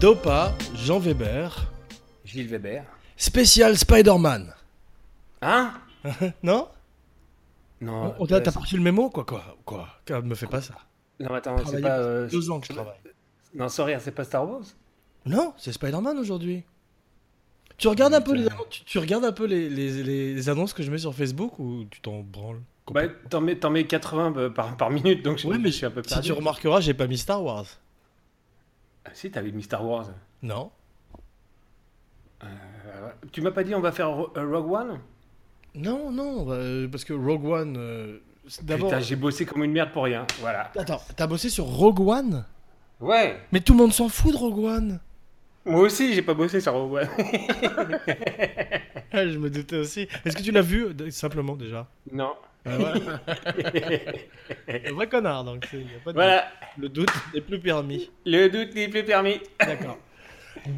Dopa, Jean Weber, Gilles Weber. spécial Spider-Man. Hein non Non. On- on- euh, Oh, T'as pas reçu le mémo quoi quoi quoi Quand me fais pas ça. Non, attends, c'est Travailler, pas. ça fait euh, deux ans que je travaille. Non, sans rire, c'est pas Star Wars Non, c'est Spider-Man aujourd'hui. Tu regardes un peu les Putain. annonces- tu, tu regardes un peu les, les- les- les annonces que je mets sur Facebook ou tu t'en branles Bah, t'en mets, t'en mets 80 euh, par, par minute, donc je, Ouais, mais je suis un peu Si perdu. tu remarqueras, j'ai pas mis Star Wars. Ah, si, t'avais mis Star Wars. Non. Euh, tu m'as pas dit on va faire Ro- euh, Rogue One Non, non, euh, parce que Rogue One. euh, c'est D'abord. Putain, j'ai bossé comme une merde pour rien. Voilà. Attends, t'as bossé sur Rogue One Ouais Mais tout le monde s'en fout de Rogue One Moi aussi, j'ai pas bossé sur Rogue One. Ah, Je me doutais aussi. Est-ce que tu l'as vu d- simplement déjà non. Ben Le vrai connard, donc c'est- y a pas de- Voilà, le doute n'est plus permis. le doute n'est plus permis. D'accord.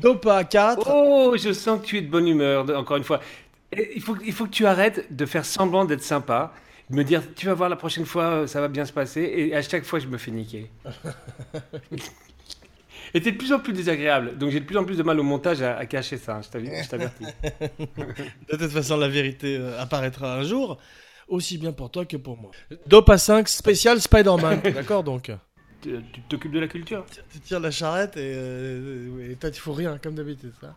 Dopa 4. Oh, je sens que tu es de bonne humeur, de- encore une fois. Et Il faut, il faut que tu arrêtes de faire semblant d'être sympa, de me dire tu vas voir la prochaine fois, euh, ça va bien se passer, et à chaque fois je me fais niquer. et t'es de plus en plus désagréable, donc j'ai de plus en plus de mal au montage à, à cacher ça, hein, je t'avis- je t'avertis. De toute façon, la vérité euh, apparaîtra un jour, aussi bien pour toi que pour moi. Dopa 5 spécial Spider-Man. T'es D'accord donc tu tu t'occupes de la culture Tu tires la charrette et, euh, et toi tu fous rien comme d'habitude. ça.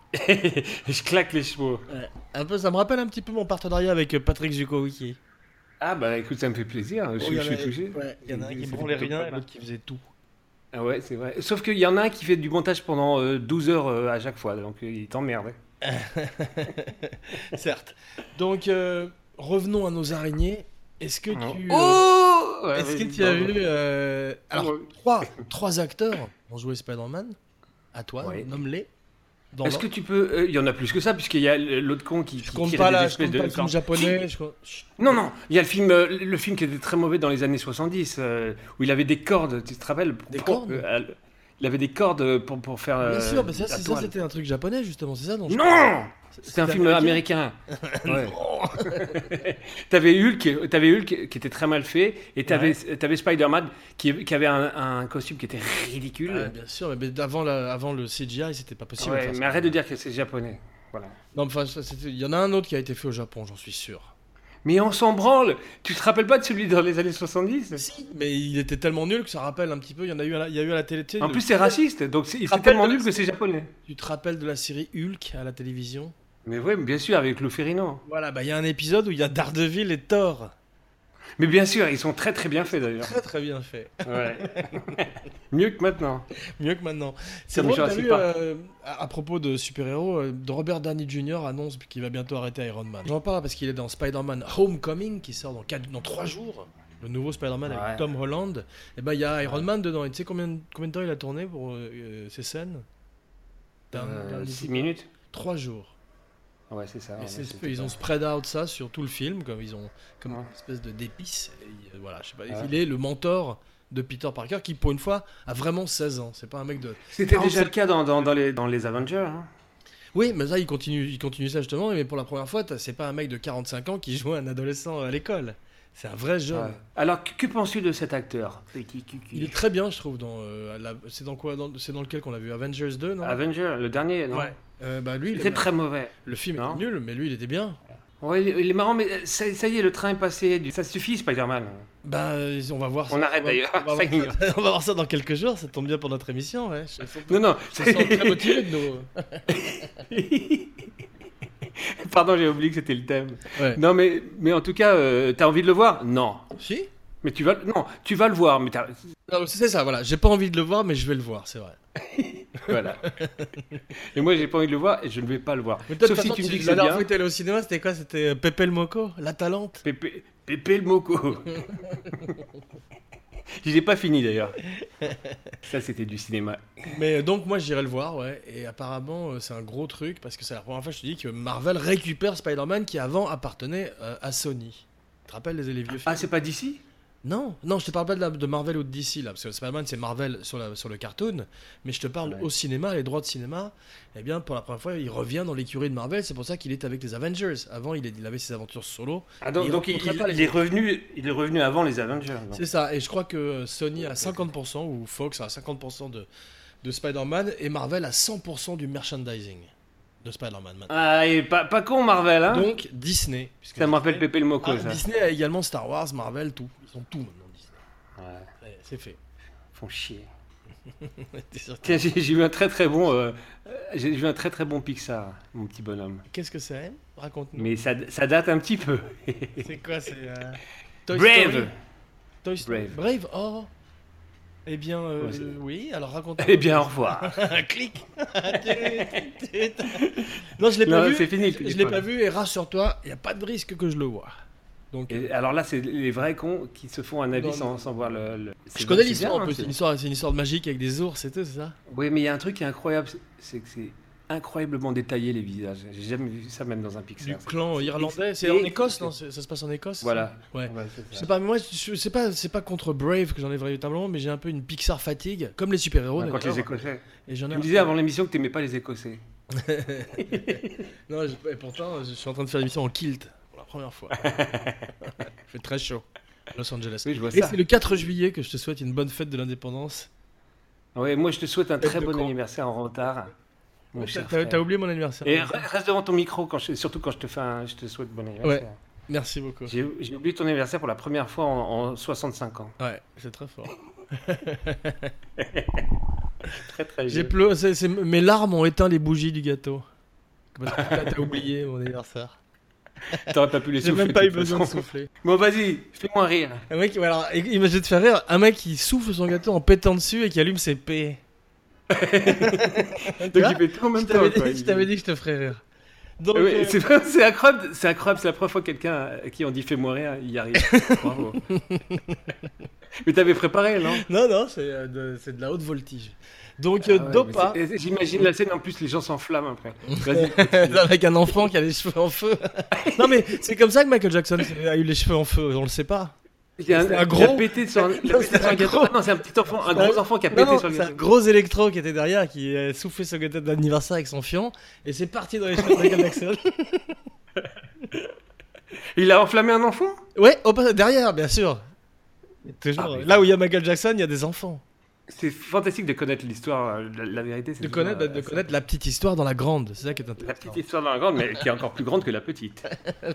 Je claque les chevaux. Un peu, ça me rappelle un petit peu mon partenariat avec euh, Patrick Zukowicki. Ah bah écoute, ça me fait plaisir, je, suis- je suis touché. Oh, Il y en a un qui C'est branlait plutôt rien pas et l'autre qui faisait tout. Ah ouais, c'est vrai. Sauf qu'il y en a un qui fait du montage pendant euh, 12 heures euh, à chaque fois, donc euh, il t'emmerde. Certes. Donc, euh, revenons à nos araignées. Est-ce que tu. euh, Oh Ouais, Est-ce que vas-y, tu as pardon. vu. euh, alors, trois, trois acteurs ont joué Spider-Man. À toi, Ouais. nomme-les. Dans Est-ce que l'ordre. tu peux. euh, Il y en a plus que ça, puisqu'il y a l- l'autre con qui. Je qui compte tire pas des là, je espèces compte pas le corps. film japonais. je compte- Chut. Non, non, il y a le film, euh, le film qui était très mauvais dans les années 70, euh, où il avait des cordes, tu te rappelles pour- Des pour- cordes euh, à- Il avait des cordes pour, pour faire. Bien euh, sûr, mais ça, la c'est- ça, toile. c'était un truc japonais, justement, c'est ça dont je- Non C'était un film américain. Ouais. Oh, t'avais Hulk, t'avais Hulk qui était très mal fait, et t'avais t'avais Spider-Man qui, qui avait un, un costume qui était ridicule. Ouais, bien sûr, mais avant, la- avant le CGI, c'était pas possible. de Ouais, faire ça. mais arrête de dire que c'est japonais. Voilà. Non, mais enfin, ça, c'était- il y en a un autre qui a été fait au Japon, j'en suis sûr. Mais on s'en branle Tu te rappelles pas de celui dans les années 70 Si, mais il était tellement nul que ça rappelle un petit peu. Il y en a eu à la, il y a eu à la télé. tu sais, En le- plus, c'est raciste, donc c'est c'est Rappelle tellement de- nul que c'est japonais. Tu te rappelles de la série Hulk à la télévision Mais oui, bien sûr, avec Lou Ferrino. Voilà, bah il y a un épisode où il y a Daredevil et Thor. Mais bien sûr, ils sont très très bien faits d'ailleurs. Très très bien fait. Ouais. Mieux que maintenant. Mieux que maintenant. C'est Comme drôle, t'as Jurassic vu, Park. euh, à, à propos de super-héros, euh, de Robert Downey Jr. annonce qu'il va bientôt arrêter Iron Man. J'en parle parce qu'il est dans Spider-Man Homecoming qui sort dans, quatre, dans 3 jours. Le nouveau Spider-Man Ouais. avec Tom Holland. Et ben il y a Iron Man dedans. Et tu sais combien, de- combien de temps il a tourné pour euh, euh, ces scènes 6 D'un- d'un- Euh, minutes Trois jours. Ouais, c'est ça. Et ouais, c'est- c'était ils pas- Ah. ont spread out ça sur tout le film, comme ils ont comme Ouais. une espèce de dépice. Et il- euh, voilà, je sais pas, Ouais. Il est le mentor de Peter Parker qui, pour une fois, a vraiment 16 ans. C'est pas un mec de. C'était Non, déjà c'est- le cas dans, dans- dans les, dans les Avengers. hein. Oui, mais ça, il continue, il continue ça justement. Mais pour la première fois, t'as- c'est pas un mec de 45 ans qui joue un adolescent à l'école. C'est un vrai jeune. Ouais. Alors, que, que penses-tu de cet acteur Petit cucu. Il est très bien, je trouve. Dans euh, la- c'est dans quoi dans- C'est dans lequel qu'on l'a vu Avengers 2, non Avenger, le dernier, non Ouais. Euh, bah lui, Il il était est- très mauvais. le film Non. était nul, mais lui, il était bien. Ouais, il, il est marrant, mais euh, ça, ça y est, le train est passé. du- Ça suffit, Spider-Man. Bah, euh, on va voir. On ça- arrête va- d'ailleurs. On va, Ça voir ça, on va voir ça dans quelques jours. Ça tombe bien pour notre émission, ouais. Je- Non, non. Je sens très motivé de nous. Pardon, j'ai oublié que c'était le thème. Ouais. Non, mais, mais en tout cas, euh, t'as envie de le voir Non. Si Mais tu vas, non, tu vas le voir, mais t'as- Non, c'est ça, voilà. J'ai pas envie de le voir, mais je vais le voir, c'est vrai. voilà. et moi, j'ai pas envie de le voir et je ne vais pas le voir. Mais toi, de Sauf toute si façon, tu me dis que la c'est dernière bien. fois que t'es allé au cinéma, c'était quoi C'était euh, Pépé le Moco, la Talente Pépé, Pépé le moco. Je l'ai pas fini d'ailleurs. Ça, c'était du cinéma. Mais euh, donc, moi, j'irai le voir, ouais. Et apparemment, euh, c'est un gros truc, parce que c'est la première fois que je te dis que Marvel récupère Spider-Man qui avant appartenait euh, à Sony. Tu te rappelles les les vieux films Ah, c'est pas d'ici Non, non, je te parle pas de, la- de Marvel ou de DC là, parce que Spider-Man c'est Marvel sur, la- sur le cartoon, mais je te parle Ouais. au cinéma, les droits de cinéma. Eh bien, pour la première fois, il revient dans l'écurie de Marvel, c'est pour ça qu'il est avec les Avengers. Avant, il, est- il avait ses aventures solo. Ah, donc, Il donc, il, rencontrait pas les il est revenu, il est revenu avant les Avengers. donc. C'est ça, et je crois que Sony a 50% ou Fox a 50% de, de Spider-Man et Marvel a 100% du merchandising de Spider-Man maintenant. Ah, et pas, pas con Marvel, hein Donc Disney. puisque Ça me rappelle Disney- Pépé le Moco, Ah, ça. Disney a également Star Wars, Marvel, tout. Ils ont tout maintenant Disney. Ouais, Ouais, C'est fait. font chier. T'es sûr que- Tiens, j'ai j'ai vu un très très bon, euh, euh, j'ai vu un très très bon Pixar, mon petit bonhomme. Qu'est-ce que c'est Raconte-nous. Mais ça, ça date un petit peu. C'est quoi C'est euh, Toy Story Brave. Toy Story. Brave. Brave, oh Eh bien, euh, Ouais, c'est- oui, alors raconte-nous. Eh bien, au revoir. Clic Non, je l'ai pas Non, vu. c'est fini, Je tu dis je l'ai pas. pas vu et rassure-toi, il n'y a pas de risque que je le vois. Donc, Et alors là, c'est les vrais cons qui se font un avis Non, sans, sans voir le. le- je c'est- connais c'est l'histoire bien, en hein, plus. c'est- C'est une histoire, c'est une histoire de magique avec des ours et tout, c'est ça Oui, mais il y a un truc qui est incroyable, c'est- c'est que c'est incroyablement détaillé les visages. J'ai jamais vu ça même dans un Du Pixar. clan c'est- irlandais. c'est- C'est en c'est- Écosse, c'est- non C'est- Ça se passe en Écosse ça Voilà. Ouais. Ouais, c'est Je ça. sais pas, mais moi, je je sais pas, c'est pas contre Brave que j'en ai véritablement, mais j'ai un peu une Pixar fatigue, comme les super-héros. Ouais, Contre d'ailleurs. Bah, les Écossais. Et j'en ai Tu un me disais avant l'émission que t'aimais pas les Écossais. Non, je- et pourtant, je suis en train de faire l'émission en kilt pour la première fois. Il fait très chaud. à Los Angeles. Oui, je vois Et ça. c'est le 4 juillet que je te souhaite une bonne fête de l'indépendance. Ouais, moi, je te souhaite un très de bon con. anniversaire en retard. Mon T'as cher t'as- frère. t'as oublié mon anniversaire. Et re- reste devant ton micro, quand je- surtout quand je te fais un, je te souhaite bon anniversaire. Merci beaucoup. J'ai j'ai oublié ton anniversaire pour la première fois en, en 65 ans. Ouais, c'est très fort. Très très J'ai vieux. pleu- c'est- c'est- Mes larmes ont éteint les bougies du gâteau. Parce que t'as t'as oublié mon anniversaire. T'aurais pas pu les J'ai souffler. même pas de eu toute besoin de façon. souffler. Bon, vas-y, fais-moi rire. Un mec, ouais, alors, éc- imagine de faire rire, un mec qui souffle son gâteau en pétant dessus et qui allume ses P. Tu Donc vois il fait tout en je même temps. t'avais quoi. dit, je t'avais dit que je te ferais rire. Donc, Ah ouais, euh, c'est vrai, c'est incroyable, c'est incroyable, c'est la première fois que quelqu'un à qui on dit fais-moi rire, il y arrive. Bravo. Mais t'avais préparé, non non, non, c'est euh, de, c'est de la haute voltige. Donc, euh, Ah ouais, Dopa, mais c'est- J'imagine la scène, en plus les gens s'enflamment après. Vas-y. avec un enfant qui a les cheveux en feu. non, mais c'est comme ça que Michael Jackson a eu les cheveux en feu, on le sait pas. Il y a C'est un, un gros. gros- pété sur, il a Non, pété c'est sur un un gâteau. gros- Ah Non, c'est un petit enfant, un Non, gros enfant qui a Non, pété non, sur le c'est un gâteau. gros électro qui était derrière, qui euh, soufflait ce gâteau d'anniversaire avec son fion, et c'est parti dans les cheveux de Michael Jackson. Il a enflammé un enfant ouais, au pas- derrière, bien sûr. Toujours. Ah, mais- Là où il y a Michael Jackson, il y a des enfants. C'est fantastique de connaître l'histoire, euh, la, la vérité. c'est De toujours, connaître, euh, de ça. connaître la petite histoire dans la grande, c'est ça qui est La intéressant. petite histoire dans la grande, mais qui est encore plus grande que la petite.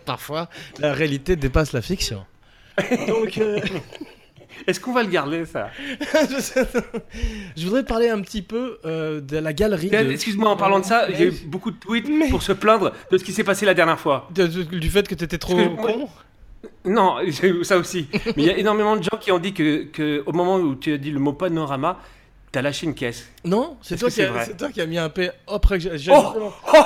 Parfois, la réalité dépasse la fiction. Donc, euh, Est-ce qu'on va le garder, ça je, sais- je voudrais parler un petit peu euh, de la galerie. Tiens, de- Excuse-moi, en parlant de ça, j'ai eu beaucoup de tweets pour se plaindre de ce qui s'est passé la dernière fois. de- de- du fait que t'étais trop Parce que moi- con. Non, j'ai eu ça aussi. Mais il y a énormément de gens qui ont dit que, que au moment où tu as dit le mot panorama, t'as lâché une caisse. Non, c'est Est-ce toi, que qui c'est a- vrai c'est toi qui as mis un P. après que j'ai- Oh, oh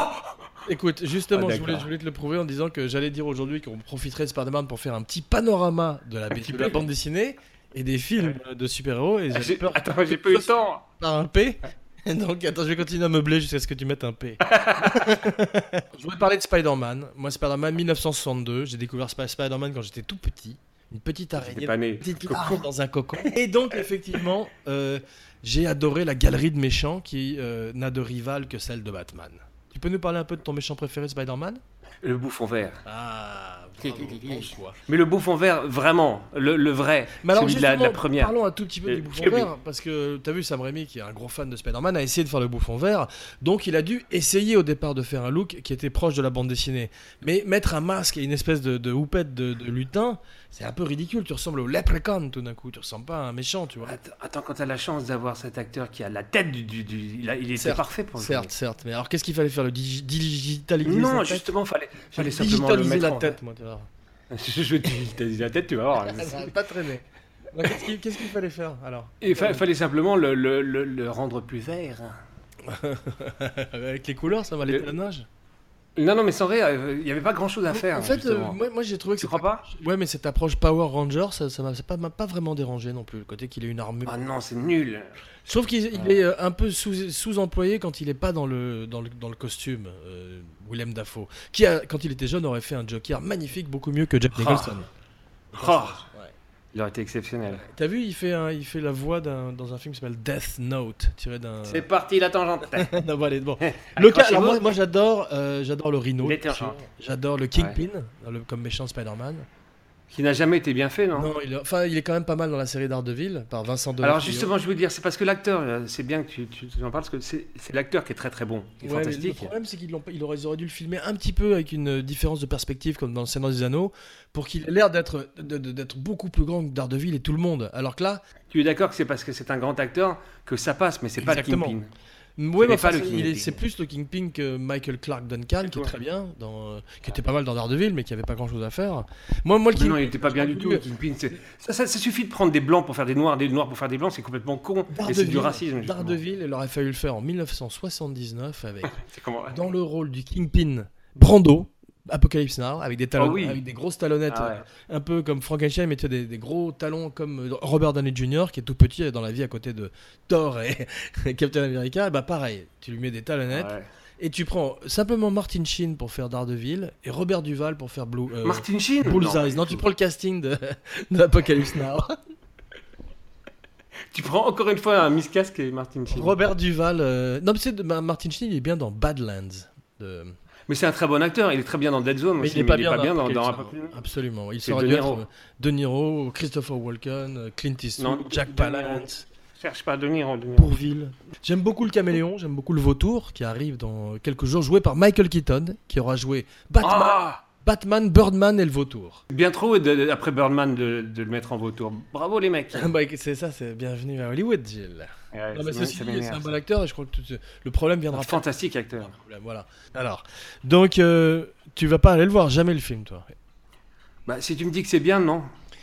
Écoute, justement, Ah, je, voulais, d'accord. je voulais te le prouver en disant que j'allais dire aujourd'hui qu'on profiterait de Spider-Man pour faire un petit panorama de la, petit de la peu. bande dessinée et des films de super-héros. Et j'ai J'ai- peur Attends, j'ai pas eu le temps. par un P. Donc attends, je vais continuer à meubler jusqu'à ce que tu mettes un P. je voulais parler de Spider-Man. Moi, Spider-Man 1962. J'ai découvert Sp- Spider-Man quand j'étais tout petit. Une petite J'étais araignée pas né. petite Coco. larve dans un cocon. Et donc, effectivement, euh, j'ai adoré la galerie de méchants qui euh, n'a de rival que celle de Batman. Tu peux nous parler un peu de ton méchant préféré, Spider-Man Le bouffon vert. Ah, bravo, bon choix. Mais le bouffon vert, vraiment, le, le vrai, Mais alors, celui de la, de la justement, première. Parlons un tout petit peu Euh, du bouffon Kirby. vert, parce que t'as vu Sam Raimi, qui est un gros fan de Spider-Man, a essayé de faire le bouffon vert, donc il a dû essayer au départ de faire un look qui était proche de la bande dessinée. Mais mettre un masque et une espèce de, de houppette de, de lutin, c'est un peu ridicule. Tu ressembles au leprechaun tout d'un coup, tu ressembles pas à un méchant, tu vois. Attends, attends, quand t'as la chance d'avoir cet acteur qui a la tête du. du- du- il, a- il était Certes, parfait pour le Certes, certes, mais alors qu'est-ce qu'il fallait faire Le digi- digitaliser sa Non, tête justement, fallait, fallait simplement le digitaliser mettre la en- tête, moi, tu vois. Je vais te digitaliser la tête, tu vas voir. Ça va pas traîner. Donc, Qu'est-ce qu'il qu'est-ce qu'il fallait faire alors Il fallait simplement le, le- le- le rendre plus vert. Avec les couleurs, ça va Le- l'étalonnage Non, non, mais sans rire, euh, il n'y avait pas grand chose à faire. En fait, euh, justement. moi, moi, j'ai trouvé que tu cette crois pas Ouais, mais cette approche Power Ranger, ça ça m'a ça pas- m'a pas vraiment dérangé non plus, le côté qu'il ait une armure. Ah non, c'est nul. Sauf qu'il il est euh, un peu sous- sous-employé quand il est pas dans le, dans le, dans le costume, euh, Willem Dafoe, qui, a, quand il était jeune, aurait fait un Joker magnifique, beaucoup mieux que Jack Ah. Nicholson. Ah, Ouais. il aurait été exceptionnel. T'as vu, il fait, un- il fait la voix d'un- dans un film qui s'appelle Death Note, tiré d'un. C'est Ah, parti, la tangente. Non, bon, allez, bon. Le cas- alors, Accrochez-vous. moi, moi, j'adore, euh, j'adore le Rhino. Il était urgent. J'adore le Kingpin, le- comme méchant Spider-Man. Qui n'a jamais été bien fait, non Non, il, est- enfin, il est quand même pas mal dans la série d'Ardeville par Vincent Delerquio. Alors justement, je veux dire, c'est parce que l'acteur, euh, c'est bien que tu, tu- tu en parles, parce que c'est c'est l'acteur qui est très très bon, qui est Ouais, mais le fantastique. problème, c'est qu'ils l'ont- ils auraient, ils auraient dû le filmer un petit peu avec une euh, différence de perspective, comme dans Le Seigneur des Anneaux, pour qu'il ait l'air d'être de- de- d'être beaucoup plus grand que Daredevil et tout le monde. Alors que là, Tu es d'accord que c'est parce que c'est un grand acteur que ça passe, mais c'est pas le Exactement. Kingpin. ouais, mais pas enfin, le il est- Kingpin. c'est plus le Kingpin que Michael Clark Duncan, qui est Ouais. très bien, dans, euh, qui était pas mal dans Daredevil, mais qui avait pas grand chose à faire. Moi, moi le Mais Kingpin, non, il était pas bien du tout. le Kingpin, c'est- ça, ça- ça suffit de prendre des blancs pour faire des noirs, des noirs pour faire des blancs, c'est complètement con. Et c'est du racisme. justement. Daredevil, il aurait fallu le faire en 1979 avec, C'est comment- dans le rôle du Kingpin, Brando, Apocalypse Now, avec des, talons, Ah oui. avec des grosses talonnettes, Ah ouais. euh, un peu comme Frankenstein, mais tu as des, des gros talons comme euh, Robert Downey Jr., qui est tout petit et dans la vie à côté de Thor et, et Captain America. Bah pareil, tu lui mets des talonnettes Ouais. et tu prends simplement Martin Sheen pour faire Daredevil et Robert Duval pour faire Blue. euh, Martin Sheen Bullseye. Non, tu prends le casting de, de Apocalypse Now. Tu prends encore une fois un miscasque et Martin Sheen. Robert Duval. euh, Non, mais c'est de- Ma- Martin Sheen, il est bien dans Badlands. de- Mais c'est un très bon acteur, il est très bien dans Dead Zone Mais aussi, il n'est pas, bien, dans, dans Apocalypse Apocalypse. Now. Absolument. Il C'est sera De de Niro. Niro. De Niro, Christopher Walken, euh, Clint Eastwood, Non, Jack De Niro. Palance, Cherche pas à devenir en devenir. Bourville. J'aime beaucoup le caméléon, j'aime beaucoup le vautour qui arrive dans quelques jours, joué par Michael Keaton, qui aura joué Batman, Ah Batman, Birdman et le vautour. Bien trop de- de- après Birdman de, de le mettre en vautour. Bravo les mecs. Bah, c'est ça, c'est bienvenue à Hollywood, Gilles. Ouais, Non, mais ça ceci dit, m'énerve, c'est ça. un bon acteur et je crois que tout- le problème viendra Un après. fantastique acteur. Voilà. Alors, donc, euh, tu vas pas aller le voir, jamais le film, toi. Bah, si tu me dis que c'est bien, non.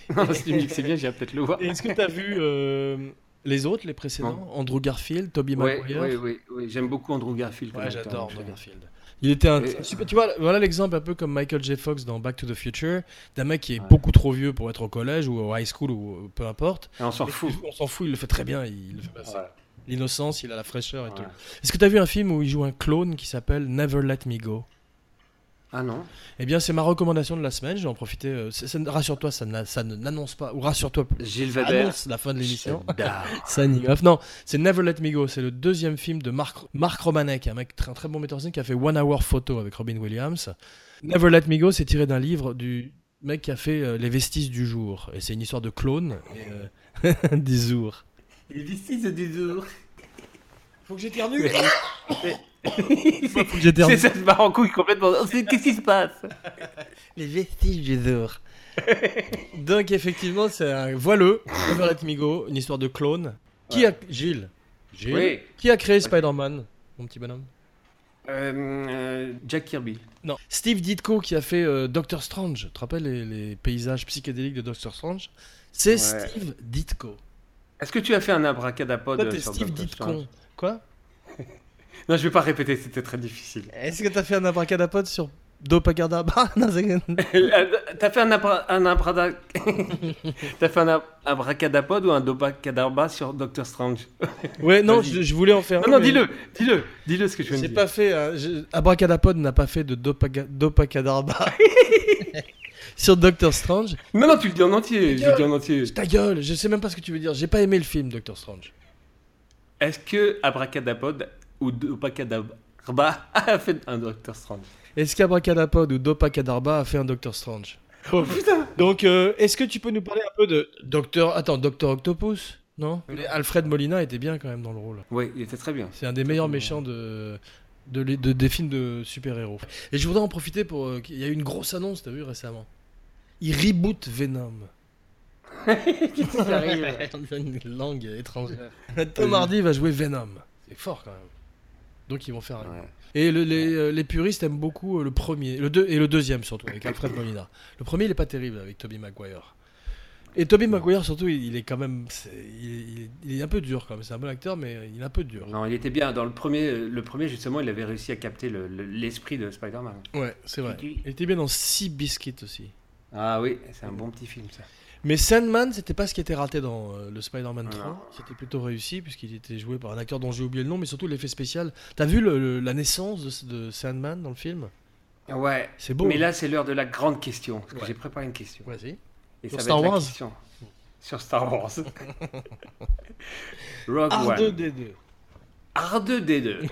Non, si tu me dis que c'est bien, j'irai peut-être le voir. Et Est-ce que tu as vu euh, les autres, les précédents Andrew Garfield, Tobey Oui, Maguire oui, oui. J'aime beaucoup Andrew Garfield. comme Ouais, acteur, j'adore donc, Andrew euh, Garfield. Il était un Et- super- tu vois, voilà l'exemple un peu comme Michael J. Fox dans Back to the Future, d'un mec qui est Ouais. beaucoup trop vieux pour être au collège ou au high school ou euh, peu importe. et On s'en Mais fout. On s'en fout, il le fait très bien, il le fait passer. Voilà. L'innocence, il a la fraîcheur et Voilà. tout. Est-ce que tu as vu un film où il joue un clone qui s'appelle Never Let Me Go Ah non Eh bien, c'est ma recommandation de la semaine. Je vais en profiter. euh, c'est- ça- rassure-toi, ça n'a- ça ne- n'annonce pas. Ou rassure-toi, Gilles ça Vader. annonce la fin de Ah l'émission. J'adore. Ça n'y off. Non, c'est Never Let Me Go. C'est le deuxième film de Marc, Marc Romanek, un mec très, un très bon metteur en scène qui a fait One Hour Photo avec Robin Williams. Never Let Me Go, c'est tiré d'un livre du mec qui a fait euh, Les Vestiges du Jour. Et c'est une histoire de clone et, euh, des jours. Il dit si, c'est du jour. Faut que j'éternue. Faut que j'éternue. C'est ça se barre en couille complètement. Oh, c'est- Qu'est-ce qui se passe Les vestiges du Zor. Donc effectivement, c'est un voileux, Never Let Me Go, une histoire de clone. Qui a Gilles, Gilles Oui. Qui a créé Spider-Man Mon petit bonhomme. Euh, euh, Jack Kirby. Non. Steve Ditko qui a fait euh, Doctor Strange. Tu te rappelles les, les paysages psychédéliques de Doctor Strange C'est Ouais. Steve Ditko. Est-ce que tu as fait un abracadapod Toi, euh, t'es sur Steve Doctor Ditko. Strange Quoi Non, je vais pas répéter, c'était très difficile. Est-ce que t'as fait un abracadapod sur Dopacadabra Non, c'est- T'as fait un, abra... un abrada- T'as fait un ab- abracadapod ou un dopacadabra sur Doctor Strange Ouais, non, Vas-y. je, je voulais en faire. Non, non, mais- dis-le, dis-le, dis-le ce que tu viens de J'ai dire. pas fait. euh, je- Abracadapod n'a pas fait de dopaga- Dopacadarba sur Doctor Strange. Non, non, tu le dis en entier, je le dis en entier. Ta gueule, je sais même pas ce que tu veux dire. J'ai pas aimé le film Doctor Strange. Est-ce que abracadapod ou dopacadabra a fait un Doctor Strange Est-ce qu'Abracadapod ou Dopacadarba a fait un Doctor Strange Oh putain Donc, euh, est-ce que tu peux nous parler un peu de Docteur. Attends, Docteur Octopus Non Mais Alfred Molina était bien quand même dans le rôle. Oui, il était très bien. C'est un des meilleurs méchants de, de, les- de- des films de super-héros. Et je voudrais en profiter pour. euh, qu'il y a eu une grosse annonce, t'as vu récemment Il reboot Venom. une langue étrangère. Tom Hardy va jouer Venom. C'est fort quand même. Donc ils vont faire. un- Ouais. Et le- les, euh, les puristes aiment beaucoup euh, le premier, le deux, et le deuxième surtout avec Alfred Molina. Le premier il est pas terrible avec Tobey Maguire. Et Tobey Maguire surtout il, il est quand même, c'est- il, il- il est un peu dur quand même. C'est un bon acteur mais il est un peu dur. Non, il était bien. Dans le premier, euh, le premier justement, il avait réussi à capter le- le- l'esprit de Spider-Man. Ouais, c'est vrai. Il- Il était bien dans Sea Biscuit aussi. Ah oui, c'est un bon petit film ça. Mais Sandman, c'était pas ce qui était raté dans euh, le Spider-Man 3. Non. C'était plutôt réussi, puisqu'il était joué par un acteur dont j'ai oublié le nom, mais surtout l'effet spécial. T'as vu le- le- la naissance de, de Sandman dans le film Ah Ouais. C'est beau. Mais là, c'est l'heure de la grande question. Parce que Ouais. j'ai préparé une question. Vas-y. Et Sur ça Star va être la Wars question. Sur Star Wars. Rogue One. R2D2. R2D2.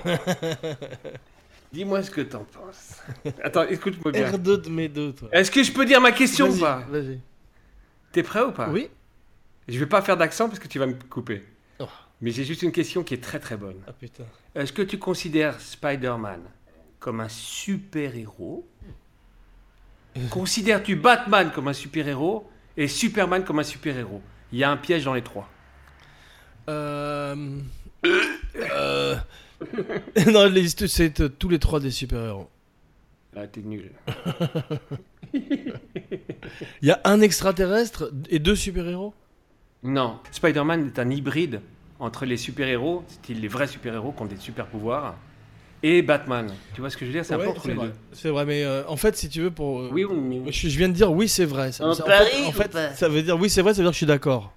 Dis-moi ce que t'en penses. Attends, écoute-moi bien. R2 de mes deux, toi. Est-ce que je peux dire ma question ou Vas-y, pas Vas-y. T'es prêt ou pas Oui. Je vais pas faire d'accent parce que tu vas me couper. Oh. Mais j'ai juste une question qui est très très bonne. Ah putain. Est-ce que tu considères Spider-Man comme un super-héros Euh. Considères-tu Batman comme un super-héros et Superman comme un super-héros Il y a un piège dans les trois. Euh... euh, non, les- c'est euh, tous les trois des super-héros. Là, t'es nul. Il y a un extraterrestre et deux super-héros Non, Spider-Man est un hybride entre les super-héros, c'est-à-dire les vrais super-héros qui ont des super-pouvoirs, et Batman. Tu vois ce que je veux dire C'est un peu Ouais, entre les vrai. deux. C'est vrai, mais euh, en fait, si tu veux, pour. euh, Oui, oui, oui. Je, je viens de dire oui, c'est vrai. Ça, En ça- Paris en ou fait, pas ça veut dire oui, c'est vrai, ça veut dire que je suis d'accord.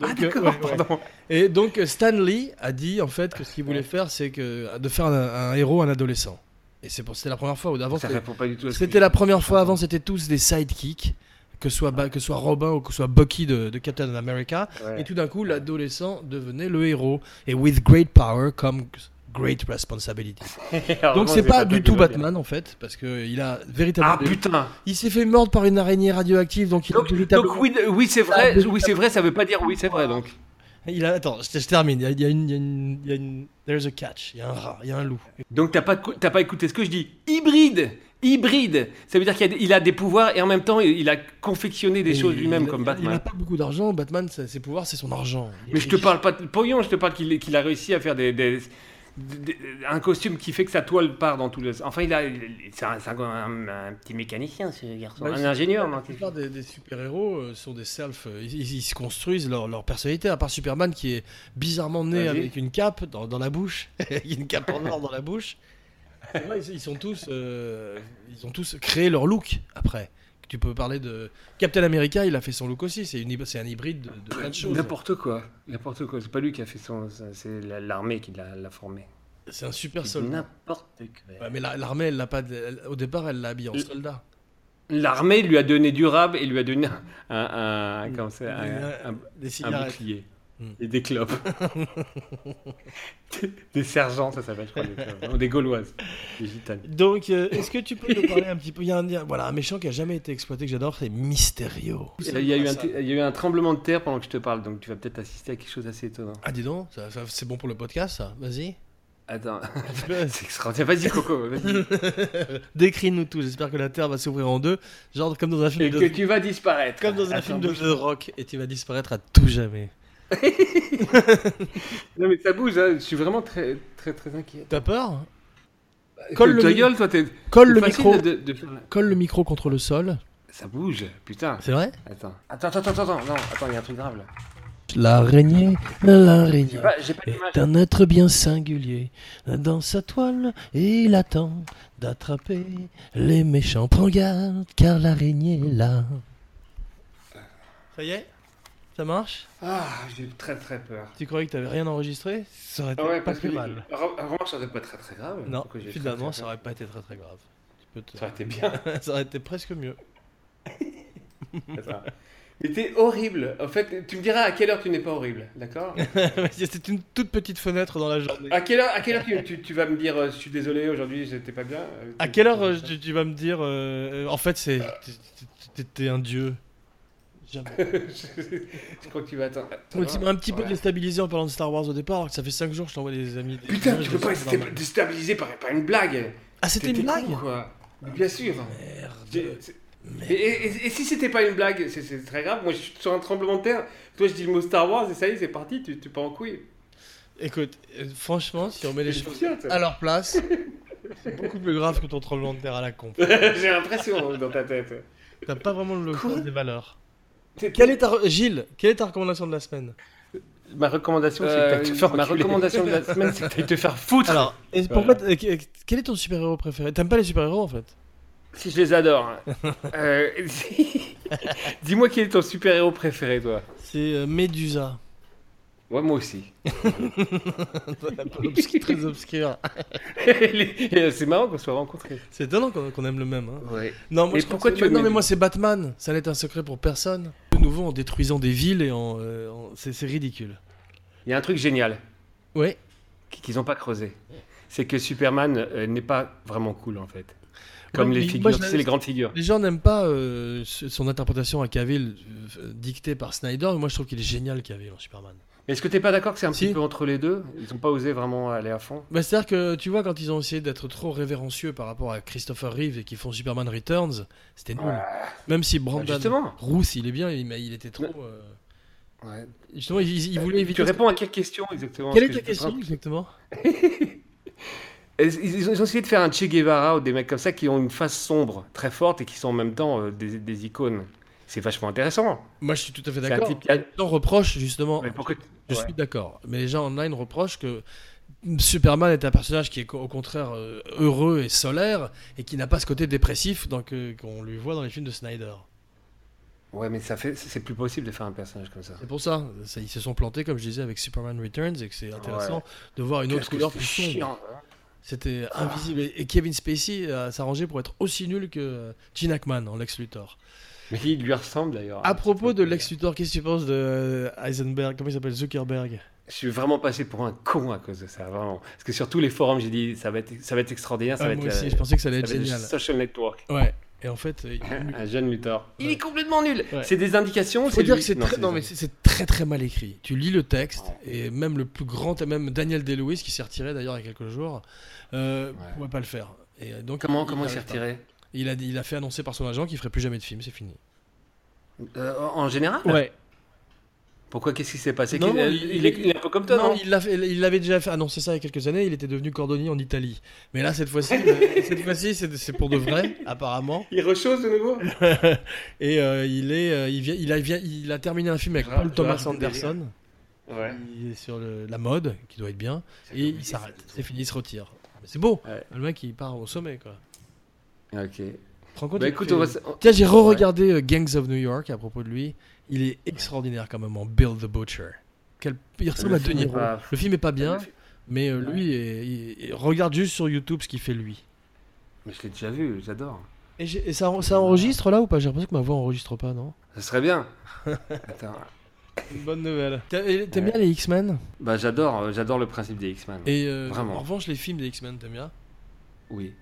Ah, Donc, euh, d'accord, ouais, ouais. pardon. Et donc euh, Stan Lee a dit en fait que ce qu'il voulait faire, c'est que de faire un, un héros, un adolescent. Et c'est pour c'était la première fois ou d'avant. Ça c'était- répond pas du tout à ce que C'était la première fois. j'entends. Avant, c'était tous des sidekicks, que soit Ba- que soit Robin ou que soit Bucky de, de Captain America. Ouais. Et tout d'un coup, l'adolescent devenait le héros. Et with great power comes great responsibility. Donc c'est pas du tout Batman en fait, parce que il a véritablement. Ah putain il s'est fait mordre par une araignée radioactive, donc il a Donc, véritablement- donc oui, de- oui c'est vrai, oui c'est vrai, ça veut pas dire oui c'est vrai donc. Il a... Attends, je, je termine. Il y a, il y a une, il y a une- il y a une- There's a catch. Il y a un rat, il y a un loup. Donc t'as pas, cou- t'as pas écouté ce que je dis. Hybride Hybride Ça veut dire qu'il y a des- il a, des pouvoirs et en même temps il il a confectionné des Et choses il- lui-même il- comme Il n'a Batman. pas beaucoup d'argent. Batman, ça- ses pouvoirs, c'est son argent. Mais je te parle pas de pognon, je te parle qu'il qu'il a réussi à faire des, des- des- un costume qui fait que sa toile part dans tous les... Enfin il a... il- C'est un, c'est un- un- un petit mécanicien ce garçon, Ouais, un c'est- ingénieur. non, La plupart des, des super-héros euh, sont des self. euh, Ils, ils- ils se construisent leur, leur personnalité, à part Superman qui est bizarrement né Vas-y. avec une cape dans, dans la bouche. Il y a une cape en or dans la bouche. C'est vrai, Ils, ils sont tous, euh, ils ont tous créé leur look après. Tu peux parler de Captain America, il a fait son look aussi. C'est une hyb- c'est un hybride de, de plein de choses. N'importe quoi, n'importe quoi. C'est pas lui qui a fait son... C'est la- l'armée qui l'a l'a formé. C'est un super C'est soldat. N'importe quoi. Ouais, mais la- l'armée, elle l'a pas. de- elle- au départ, elle l'a habillé en Le- soldat. L'armée lui a donné du rab et lui a donné un, un- un- comment c'est, euh, un- un- Des un cigarettes. bouclier Mm. et des clopes. des sergents, ça s'appelle, je crois. des clopes. Non, des gauloises, des gitanes. Donc, euh, est-ce que tu peux nous parler un petit peu Il y a un, il y a- voilà, un méchant qui a jamais été exploité que j'adore, c'est Mysterio. Il y, a eu un, t- il y a eu un tremblement de terre pendant que je te parle, donc tu vas peut-être assister à quelque chose d'assez étonnant. Ah, dis donc, ça- ça- c'est bon pour le podcast, ça. Vas-y. Attends, c'est extraordinaire. Vas-y, Coco, vas-y. Décris-nous tout. J'espère que la Terre va s'ouvrir en deux, genre comme dans un film Et que de tu vas disparaître. comme dans un Attends, film de The Rock, et tu vas disparaître à tout jamais. Non, mais ça bouge, hein. je suis vraiment très, très, très inquiet. T'as peur hein Colle Ta- ta le mi- gueule, toi, t'es. Colle c'est le facile micro, de- de- de- colle le micro contre le sol. Ça bouge, putain. C'est vrai Attends. Attends, attends, attends, attends, non, attends, il y a un truc grave là. L'araignée, l'araignée. J'ai pas, j'ai pas d'image. est un être bien singulier. Dans sa toile, il attend d'attraper les méchants. Prends garde, car l'araignée est là. Ça y est Ça marche Ah, j'ai très très peur. Tu croyais que t'avais rien enregistré Ça aurait été Ah pas plus mal. Vraiment, ça aurait pas très très grave. Non, Pourquoi j'ai très, finalement, très ça peur aurait pas été très très grave. Tu peux te- Ça aurait été bien. ça aurait été presque mieux. Attends. Mais t'es horrible. En fait, tu me diras à quelle heure tu n'es pas horrible, d'accord C'était une toute petite fenêtre dans la journée. À quelle heure, à quelle heure tu, tu- tu vas me dire euh, je suis désolé aujourd'hui j'étais pas bien euh, À tu- quelle heure euh, tu, tu vas me dire euh, En fait, c'est t'es- t'es- t'es- t'es un dieu. Jamais. Je crois que tu vas attendre. Je me suis un petit peu déstabilisé en parlant de Star Wars au départ, alors que ça fait 5 jours que je t'envoie des amis. des- Putain, des- tu des- peux pas des- être des- dé- déstabilisé par, par une blague. Ah, c'était T'es une blague con, quoi. Mais Bien sûr. Merde. J'ai- c'est- Et, et- et si c'était pas une blague, c'est- c'est très grave. Moi, je suis sur un tremblement de terre. Toi, je dis le mot Star Wars et ça y est, c'est parti. Tu, tu pars en couille. Écoute, euh, franchement, si on met les Je suis choses sûr, ça. à leur place, c'est beaucoup plus grave que ton tremblement de terre à la con. J'ai l'impression hein, dans ta tête. T'as pas vraiment le Quoi sens des valeurs. C'est- Quelle est ta re- Gilles, quelle est ta recommandation de la semaine Ma recommandation, c'est que t'ailles te faire Ma enculer. recommandation de la semaine, c'est que t'ailles te faire foutre. Alors, et pourquoi t- euh, quel est ton super-héros préféré T'aimes pas les super-héros en fait Si je les adore. Euh, Dis-moi quel est ton super-héros préféré, toi C'est euh, Médusa. Ouais, moi aussi. Un peu obscur- très obscur. euh, c'est marrant qu'on soit rencontrés. C'est étonnant qu'on qu'on aime le même. hein. Ouais. Non, moi, Et je pourquoi pense- tu aimes non les mais deux moi c'est Batman, ça n'est un secret pour personne. De nouveau en détruisant des villes et en, euh, en- c'est c'est ridicule. Il y a un truc génial Ouais. qu- qu'ils n'ont pas creusé. C'est que Superman euh, n'est pas vraiment cool, en fait. Comme Ouais, les mais figures, moi, je tu sais, l'avais- les grandes figures. Les gens n'aiment pas euh, ce- son interprétation à Cavill euh, dictée par Snyder, mais moi je trouve qu'il est génial Cavill en Superman. Mais est-ce que t'es pas d'accord que c'est un Si. petit peu entre les deux Ils ont pas osé vraiment aller à fond. Bah, C'est-à-dire que tu vois, quand ils ont essayé d'être trop révérencieux par rapport à Christopher Reeve et qu'ils font Superman Returns, c'était nul. Même si Bah, Brandon justement. Rousse, il est bien, il- mais il était trop. euh, Ouais. Justement, ils, ils- ils voulaient Bah, Tu éviter. réponds à quelle question exactement Quelle est Parce ta que je te question exactement Ils, ils ont, ils ont essayé de faire un Che Guevara ou des mecs comme ça qui ont une face sombre très forte et qui sont en même temps euh, des, des icônes. C'est vachement intéressant. Moi je suis tout à fait C'est un d'accord. type qui a- Les gens reprochent justement. Mais pourquoi- Je Ouais. suis d'accord. Mais les gens online reprochent que Superman est un personnage qui est co- au contraire euh, heureux et solaire et qui n'a pas ce côté dépressif dans que- qu'on lui voit dans les films de Snyder. Ouais, mais ça fait, c'est plus possible de faire un personnage comme ça. C'est pour ça, ça- Ils se sont plantés, comme je disais, avec Superman Returns et que c'est intéressant Ouais. de voir une autre Qu'est-ce que couleur c'est plus sombre. chiant, hein. C'était invisible. Et et Kevin Spacey a s'arrangé pour être aussi nul que euh, Gene Hackman en Lex Luthor. Mais il lui ressemble d'ailleurs. À propos de Lex l'ex Luthor, qu'est-ce que tu penses de euh, Heisenberg Comment il s'appelle Zuckerberg Je suis vraiment passé pour un con à cause de ça, vraiment. Parce que sur tous les forums, j'ai dit ça va être, ça va être extraordinaire, ça Ah, va Moi être, aussi, euh, je pensais que ça allait ça être va être le génial. social network. Ouais. Et en fait, euh, il- Un jeune Luthor. Il Ouais. est complètement nul. Ouais. C'est des indications. faut C'est dire lui- que c'est Non, très, c'est non, des- mais c'est- c'est très très mal écrit. Tu lis le texte et même le plus grand, et même Daniel Day-Lewis qui s'est retiré d'ailleurs il y a quelques jours, euh, Ouais. pouvait pas le faire. Et euh, donc Comment, comment il s'est arrive pas. retiré Il a, dit- il a fait annoncer par son agent qu'il ferait plus jamais de film, c'est fini. Euh, en en général Ouais. Pourquoi Qu'est-ce qui s'est passé Non, Qu'il- non, il, il- il est, il est un peu comme toi, non, Non, il l'a fait- il l'avait déjà fait- annoncé ça il y a quelques années. Il était devenu cordonnier en Italie. Mais là, cette fois-ci, euh, cette fois-ci, c'est c'est pour de vrai, apparemment. Il rechausse de nouveau Et euh, il est, euh, il vient, il a, vient- il a terminé un film avec Gérard- Paul Thomas Gérard Anderson. Ouais. Il est sur le- la mode, qui doit être bien. Et il s'arrête. C'est fini, il se retire. Mais c'est beau. Ouais. Le mec, il part au sommet, quoi. Ok. Tu te rends compte Bah il écoute, fait- on va. s- on- Tiens, j'ai re-regardé euh, Gangs of New York à propos de lui. Il est extraordinaire quand même en Bill the Butcher. Quel... Il ressemble Le à De film est Niro. pas- Le film est pas bien, mais euh, Ouais. lui, est- il- il- regarde juste sur YouTube ce qu'il fait lui. Mais je l'ai déjà vu, j'adore. Et, j'ai- et ça, ça enregistre là ou pas J'ai l'impression que ma voix enregistre pas, non Ça serait bien. Attends. Une bonne nouvelle. T'aimes Ouais. bien les X-Men Bah j'adore, euh, j'adore le principe des X-Men. Et euh, Vraiment. en revanche, les films des X-Men, t'aimes bien Oui.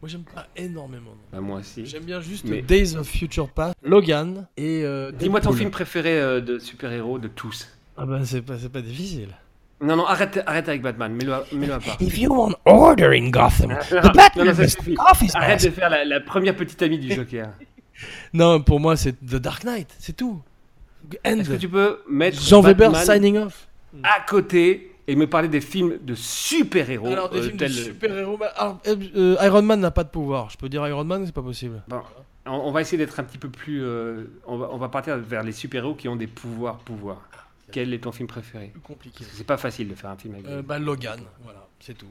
Moi, j'aime pas énormément. non. Bah moi aussi. J'aime bien juste Mais- Days of Future Past, Logan et. euh, Dis-moi ton Deadpool. film préféré euh, de super-héros de tous. Ah bah c'est pas, c'est pas difficile. Non, non, arrête, arrête avec Batman, mets-le à, mets-le à part. If you want order in Gotham, the Ah, Non, Batman Ah, non, ça is suffit. office Arrête mask. de faire la, la première petite amie du Joker. Non, pour moi c'est The Dark Knight, c'est tout. End. Est-ce que tu peux mettre Jean Weber Batman signing off. à côté et me parler des films de super-héros Alors des euh, films de tels- super-héros. bah, alors, euh, euh, Iron Man n'a pas de pouvoir. Je peux dire Iron Man, c'est pas possible. Bon, on, on va essayer d'être un petit peu plus. euh, on, va, on va partir vers les super-héros qui ont des pouvoirs, pouvoirs. Quel est ton film préféré Plus compliqué. Parce que c'est pas facile de faire un film avec. des- bah Logan, voilà, c'est tout.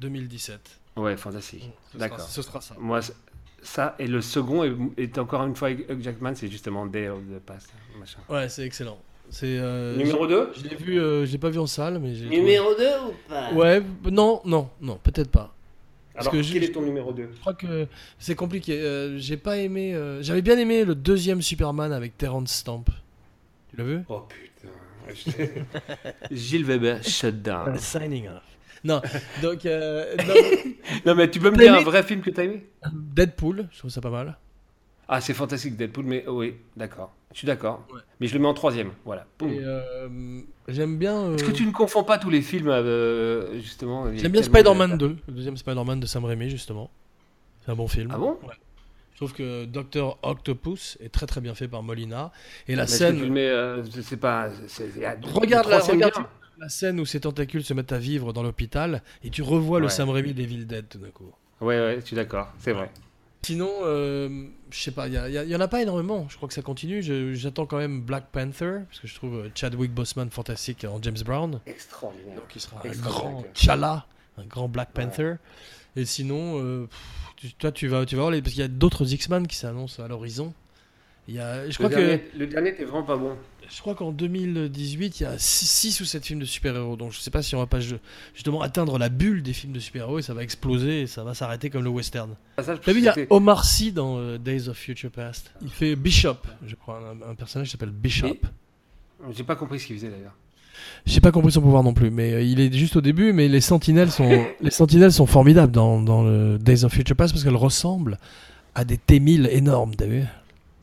2017. Ouais, fantastique. Ce D'accord. sera- Ce sera ça. Moi, c- ça et le second est, est encore une fois avec Hugh Jackman, c'est justement Day of the Past. machin. Ouais, c'est excellent. C'est. euh, Numéro 2 Je l'ai vu, euh, je l'ai pas vu en salle, mais j'ai. Numéro 2 ou pas Ouais, non, non, non, peut-être pas. Alors, que quel je- est ton numéro 2 Je crois que c'est compliqué. Euh, J'ai pas aimé. euh, J'avais bien aimé le deuxième Superman avec Terrence Stamp. Tu l'as vu Oh putain. Gilles Weber, shut down. Signing off. Non, donc euh, non, Non, mais tu peux me T'as dire aimé un vrai film que t'as aimé Deadpool, je trouve ça pas mal. Ah, c'est fantastique Deadpool, mais oh oui, d'accord. Je suis d'accord. Ouais. Mais je le mets en troisième. Voilà. Boum. Et, euh, J'aime bien. euh, Est-ce que tu ne confonds pas tous les films, euh, justement il y a J'aime bien tellement de- Spider-Man 2, le deuxième Spider-Man de Sam Raimi justement. C'est un bon film. Ah bon Ouais. Je trouve que Docteur Octopus est très très bien fait par Molina et la Mais est-ce que scène. tu le mets, euh, je sais pas. c'est- c'est- Regarde le la- troisième regarde- bien. La scène où ses tentacules se mettent à vivre dans l'hôpital et tu revois le Ouais. Sam Raimi d'Evil Dead tout d'un coup. Ouais, ouais, je suis d'accord. C'est vrai. Sinon, euh, je sais pas, il y, a- y a- y en a pas énormément. Je crois que ça continue. Je- J'attends quand même Black Panther parce que je trouve euh, Chadwick Boseman fantastique en James Brown, Extraordinaire. qui sera un Excellent grand acteur. T'Challa, un grand Black Panther. Et sinon, euh, pff, tu- toi tu vas, tu vas voir les- parce qu'il y a d'autres X-Men qui s'annoncent à l'horizon. Il y a, je Le crois que dernier, le dernier était vraiment pas bon. je crois qu'en 2018, il y a 6 ou 7 films de super-héros. Donc je sais pas si on va pas ju- justement atteindre la bulle des films de super-héros et ça va exploser et ça va s'arrêter comme le western. Ah, ça, je T'as vu, il y a pensais que Omar Sy dans euh, Days of Future Past. Il fait Bishop, je crois, un, un personnage qui s'appelle Bishop. Oh. Et- c'était- J'ai pas compris ce qu'il faisait d'ailleurs. J'ai pas compris son pouvoir non plus, mais euh, il est juste au début. Mais les sentinelles sont, les sentinelles sont formidables dans, dans le Days of Future Past parce qu'elles ressemblent à des T-1000 énormes, t'as vu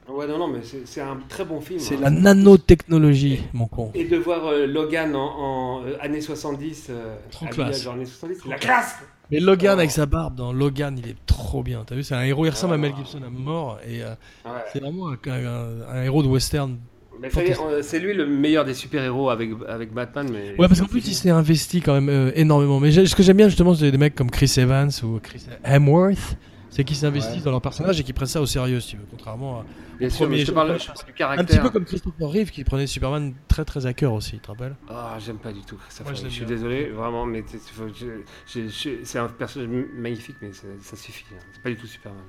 Ouais, non, non, mais c'est c'est un très bon film. C'est hein. la nanotechnologie, mon con. Et de voir euh, Logan en, en, euh, années 70, euh, Trop habillé classe. dans les années 70, c'est la classe Mais Logan Oh. avec sa barbe dans Logan, il est trop bien. T'as vu, c'est un héros, il ressemble à Mel Ah. Gibson à mort. Et euh, Ouais. c'est vraiment un, un- un héros de western. Mais ça y est, on- C'est lui le meilleur des super-héros avec, avec Batman. Mais Ouais, parce qu'en plus, il s'est investi quand même euh, énormément. Mais j'ai- ce que j'aime bien, justement, c'est des mecs comme Chris Evans ou Chris Hemworth. C'est qu'ils s'investissent dans leur personnage et qui prennent ça au sérieux, si tu veux. Contrairement à. Bien sûr, mais je te premier- parle je parle du caractère. Un petit peu comme Christopher Reeve qui prenait Superman très très à cœur aussi, tu te rappelles Ah, j'aime pas du tout Christopher. Moi, je je, l'aime suis bien. désolé, vraiment, mais t'es- faut- je- je- je- c'est un personnage m- magnifique, mais ça, ça suffit. hein. C'est pas du tout Superman.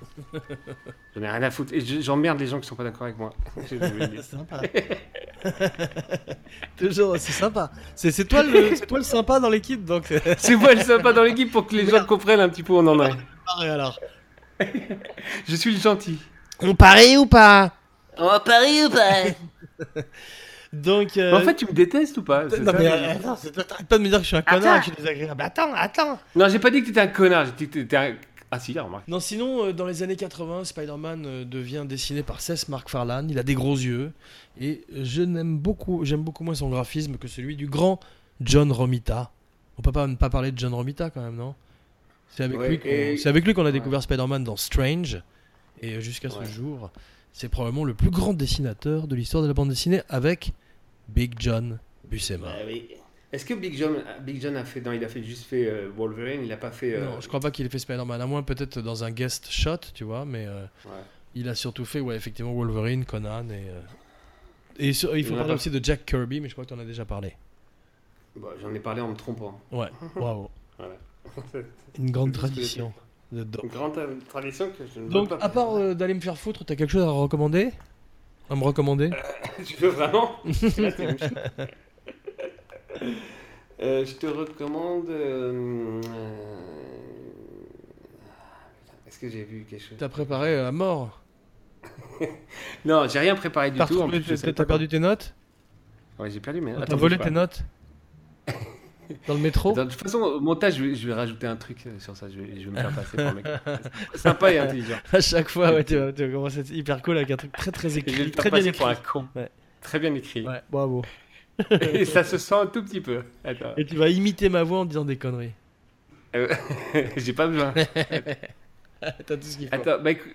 J'en ai rien à foutre. Et je- j'emmerde les gens qui sont pas d'accord avec moi. Je vais le dire. sympa. Toujours, c'est sympa. C'est c'est toi, le- c'est toi le sympa dans l'équipe, donc. c'est moi le sympa dans l'équipe pour que les gens comprennent un petit peu où on en est. Pareil alors. Je suis le gentil. On parie ou pas On va à Paris ou pas Donc. euh, Mais En fait, tu me détestes ou pas C'est non, ça, mais le- euh, attends, c'est- t'arrêtes pas de me dire que je suis un connard et que je suis désagréable. Attends, attends. Non, j'ai pas dit que t'étais un connard. J'ai dit que t'étais un. Ah si, là, remarque. Non, sinon, euh, dans les années 80, Spider-Man euh, devient dessiné par Seth MacFarlane. Il a des gros yeux. Et euh, je n'aime beaucoup, j'aime beaucoup moins son graphisme que celui du grand John Romita. On peut pas ne pas parler de John Romita quand même, non C'est avec, Ouais, lui qu'on- et- c'est avec lui qu'on a Ouais. découvert Spider-Man dans Strange. Et euh, jusqu'à ce Ouais. jour, c'est probablement le plus grand dessinateur de l'histoire de la bande dessinée avec Big John Buscema. Bah Est-ce que Big John, Big John a fait, non, il a fait juste fait euh, Wolverine, il a pas fait. euh, Non, je crois pas qu'il ait fait Spider-Man, à moins peut-être dans un guest shot, tu vois, mais euh, ouais. il a surtout fait, ouais, effectivement, Wolverine, Conan, et... euh, et sur- il faut en a parler pas aussi de Jack Kirby, mais je crois que tu en as déjà parlé. Bah, J'en ai parlé en me trompant. Ouais, waouh. Voilà. Une grande C'est tout ce que tradition de Une dope. grande euh, tradition que je ne veux Donc, pas à part euh, d'aller me faire foutre, t'as quelque chose à recommander À me recommander Euh, tu veux vraiment Là, t'es une chou- Euh, Je te recommande. euh, euh, Est-ce que j'ai vu quelque chose T'as préparé euh, à mort Non, j'ai rien préparé du T'as tout. en retrouvé- plus, je sais t'as- pas t'as perdu tes notes quoi. Ouais, j'ai perdu, mais. T'as attends, volé bouge tes pas. notes Dans le métro Attends, De toute façon, au montage, je vais, je vais rajouter un truc euh, sur ça. Je vais, je vais me faire passer pour un mec sympa et intelligent. À chaque fois, ouais, tu vas, tu vas commencer à être hyper cool avec un truc très très Et je vais écrit, le très faire bien passer écrit. pour un con. Ouais. Très bien écrit. Ouais, bravo. Et ça se sent un tout petit peu. Attends. Et tu vas imiter ma voix en disant des conneries. j'ai pas besoin. T'as tout ce qu'il faut. Attends, bah écou-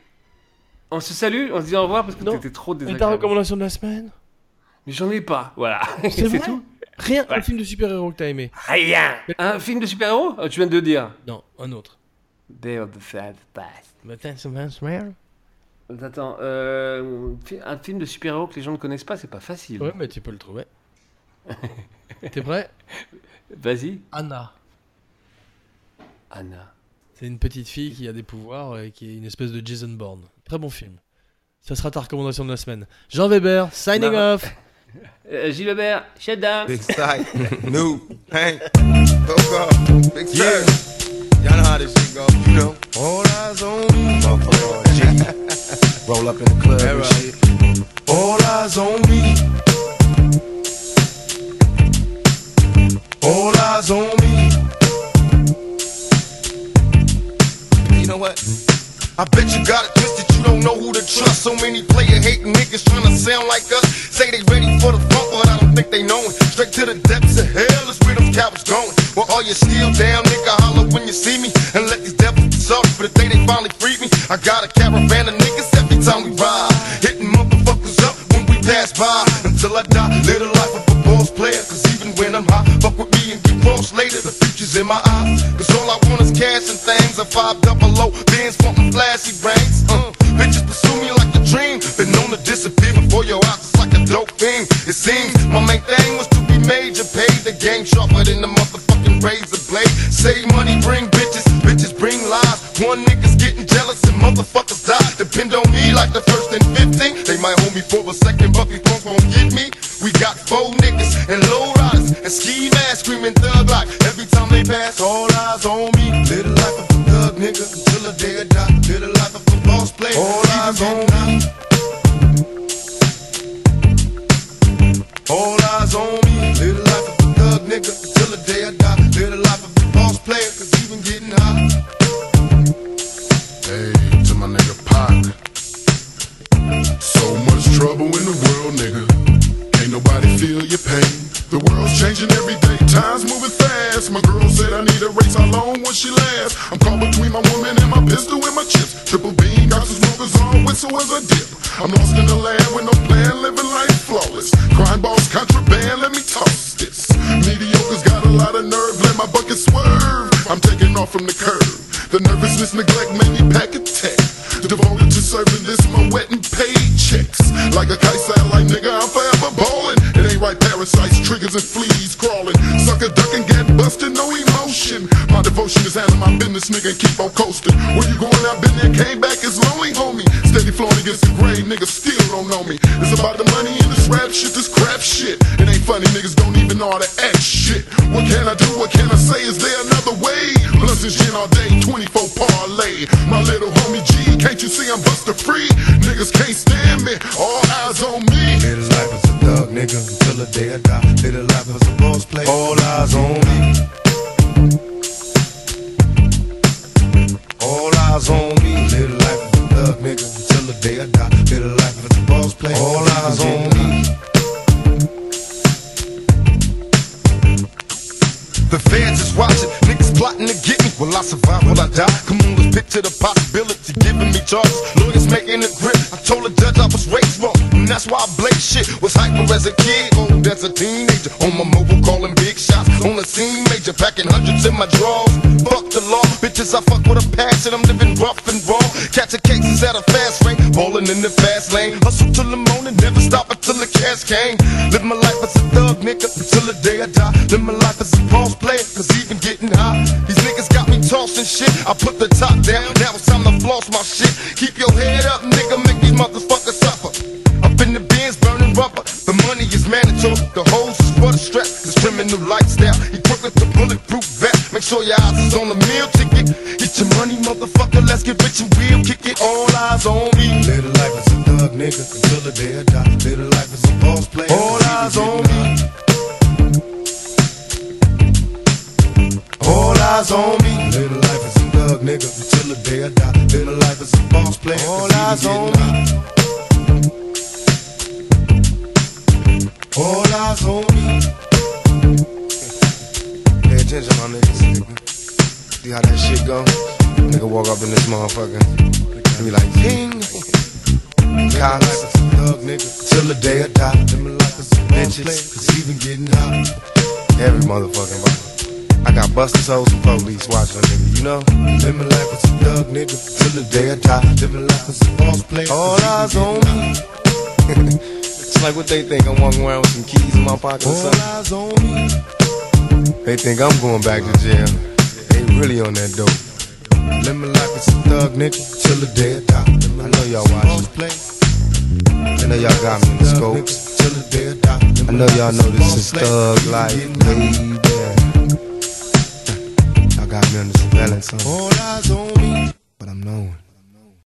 on se salue, on se dit au revoir parce que Non. t'étais trop Et ta désagréable. recommandation de la semaine Mais j'en ai pas, voilà. C'est vrai tout. Rien, un Ouais. film de super-héros que t'as aimé Rien. Un film de super-héros Oh, Tu viens de le dire. Non, un autre. Day of the Fab Past. Ouais, Attends, euh, fi- un film de super-héros que les gens ne connaissent pas, c'est pas facile. mais tu peux le trouver. T'es prêt Vas-y. Anna. Anna. C'est une petite fille qui a des pouvoirs et qui est une espèce de Jason Bourne. Très bon film. Ça sera ta recommandation de la semaine. Jean Weber, signing Non. off Euh, Gilles Lebert, Shut down. Big sight, new paint, coca, big yeah. Y'all know how this shit go. You know, all eyes on me. Motherfucker, G. Roll up in the club and Alright. shit. All eyes on me. All eyes on me. You know what? I bet you got it twisted, you don't know who to trust. So many player hating niggas trying to sound like us. Say they ready for the funk, but I don't think they know it. Straight to the depths of hell is where them cowards going. Well, all you still down, nigga, holler when you see me. And let these devils be sorry for the day they finally free me. I got a caravan of niggas every time we ride. Hitting motherfuckers up when we pass by. Until I die, live the life of a boss player. Cause even when I'm high, fuck with me and get lost later. The future's in my eyes. Cause all I want is cash and things. A five double O, bands wantin' flashy brains. Uh, bitches pursue me like a dream. Been known to disappear before your eyes, it's like a dope thing. It seems my main thing was to be major. Paid the game sharper than the motherfucking razor blade. Save money, bring bitches, bitches bring lies. One nigga's getting jealous and motherfuckers die. Depend on me like the first and fifteen. They might hold me for a second, but these punks won't get me. We got four niggas and low riders and ski masks screaming thug like every time they pass. All eyes on me. Live the life of a thug nigga until the day I die. Live the life of a boss player. All eyes on me. All eyes on me. Live the life of a my nigga Pac. So much trouble in the world, nigga. Can't nobody feel your pain. The world's changing every day, time's moving fast. My girl said I need a race, how long will she last? I'm caught between my woman and my pistol and my chips. Triple beam, got the smokers on, whistle as a dip. I'm lost in the land with no plan, living life flawless. Crime boss, contraband, let me toss this. Mediocre's got a lot of nerve, let my bucket swerve. I'm taking off from the curb. The nervousness, neglect, made me pack a tech. Devoted to serving this, my wet and paychecks. Like a kite satellite, nigga, I'm forever ballin'. It ain't right, parasites, triggers, and fleas crawling. Sucker duck and get busted, no emotion. My devotion is handling my business, nigga, and keep on coasting. Where you going? I've been there, came back, it's lonely, homie. Steady flowing against the grain, nigga, still don't know me. It's about the money and this rap shit, this crap shit. It ain't funny, niggas don't even know how to act shit. What can I do? What can I say? Is there another way? Blunts and gin all day, 24 parlay. My little homie G, can't you see I'm buster free? Niggas can't stand me, all eyes on me. Live his life as a thug, nigga, until the day I die. Live his life as a boss play. All eyes on me. All eyes on me. Live his life as a thug, nigga, until the day I die. Live his life as a boss play. All eyes on me. The fans is watching, niggas plotting to get me. Will I survive? Will I die? Come on, let's picture the possibility. Giving me charges, lawyers making a grip. I told the judge I was raised wrong, and that's why I blaze shit. Was hyper as a kid, old as a teenager. On my mobile, calling big shots. On the scene, major, packing hundreds in my drawers. Fuck the law, bitches. I fuck with a passion. I'm living rough and raw. Catching cases at a fast rate, rolling in the fast lane. Hustle till the morning, never stop until the cash came. Live my life as a thug, nigga, until the day I die. Live my life as a boss player, cause even getting high. These niggas got me tossing shit. I put the top down, now it's time to floss my shit. Keep your head up, nigga, make these motherfuckers suffer. Up in the bins, burning rubber. The money is mandatory, the hoes is for the strap. This criminal lifestyle, equipped with the bulletproof vest. Make sure your eyes is on the meal ticket. Get your money, motherfucker, let's get rich and real. Kick it, all eyes on me. Live his life as a thug, nigga, until the day I die. Live his life as a boss play. All eyes on me. All eyes on me. Live his life as a thug, nigga, until the day I die. Live his life as a boss play. All eyes on me. All eyes on me. Pay attention, my niggas. See how that shit go? Nigga walk up in this motherfucker and be like, King. Cops. Life as a thug, nigga, till the day I die. Live my life as a boss Bitches. play. Cause even getting high. Every motherfucking body. I got busted souls and police watching a nigga, you know? Live my life as a thug, nigga, till the day I die. Live my life as a boss play. All eyes on me. It's like what they think I'm walking around with some keys in my pocket or All something. eyes on me. They think I'm going back to jail. They really on that dope. Live my life as a thug, nigga, till the day I die. Live my I know life y'all as a watching. boss play. I know y'all got me in the scope. I know y'all know this is thug life, baby. Y'all got me under surveillance, huh? All eyes on me. but I'm knowing.